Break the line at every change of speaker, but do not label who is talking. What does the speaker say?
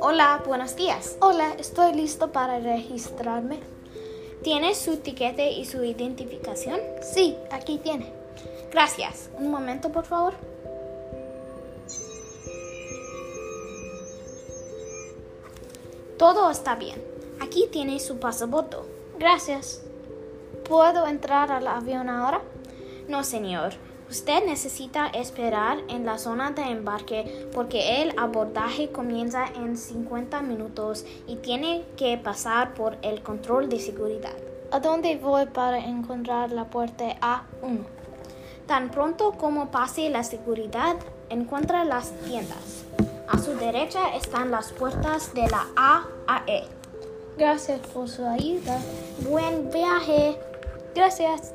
Hola, buenos días.
Hola, estoy listo para registrarme.
¿Tiene su tiquete y su identificación?
Sí, aquí tiene.
Gracias.
Un momento, por favor.
Todo está bien. Aquí tiene su pasaporte.
Gracias. ¿Puedo entrar al avión ahora?
No, señor. Usted necesita esperar en la zona de embarque porque el abordaje comienza en 50 minutos y tiene que pasar por el control de seguridad.
¿A dónde voy para encontrar la puerta A1?
Tan pronto como pase la seguridad, encuentra las tiendas. A su derecha están las puertas de la A a E.
Gracias por su ayuda.
Buen viaje.
Gracias.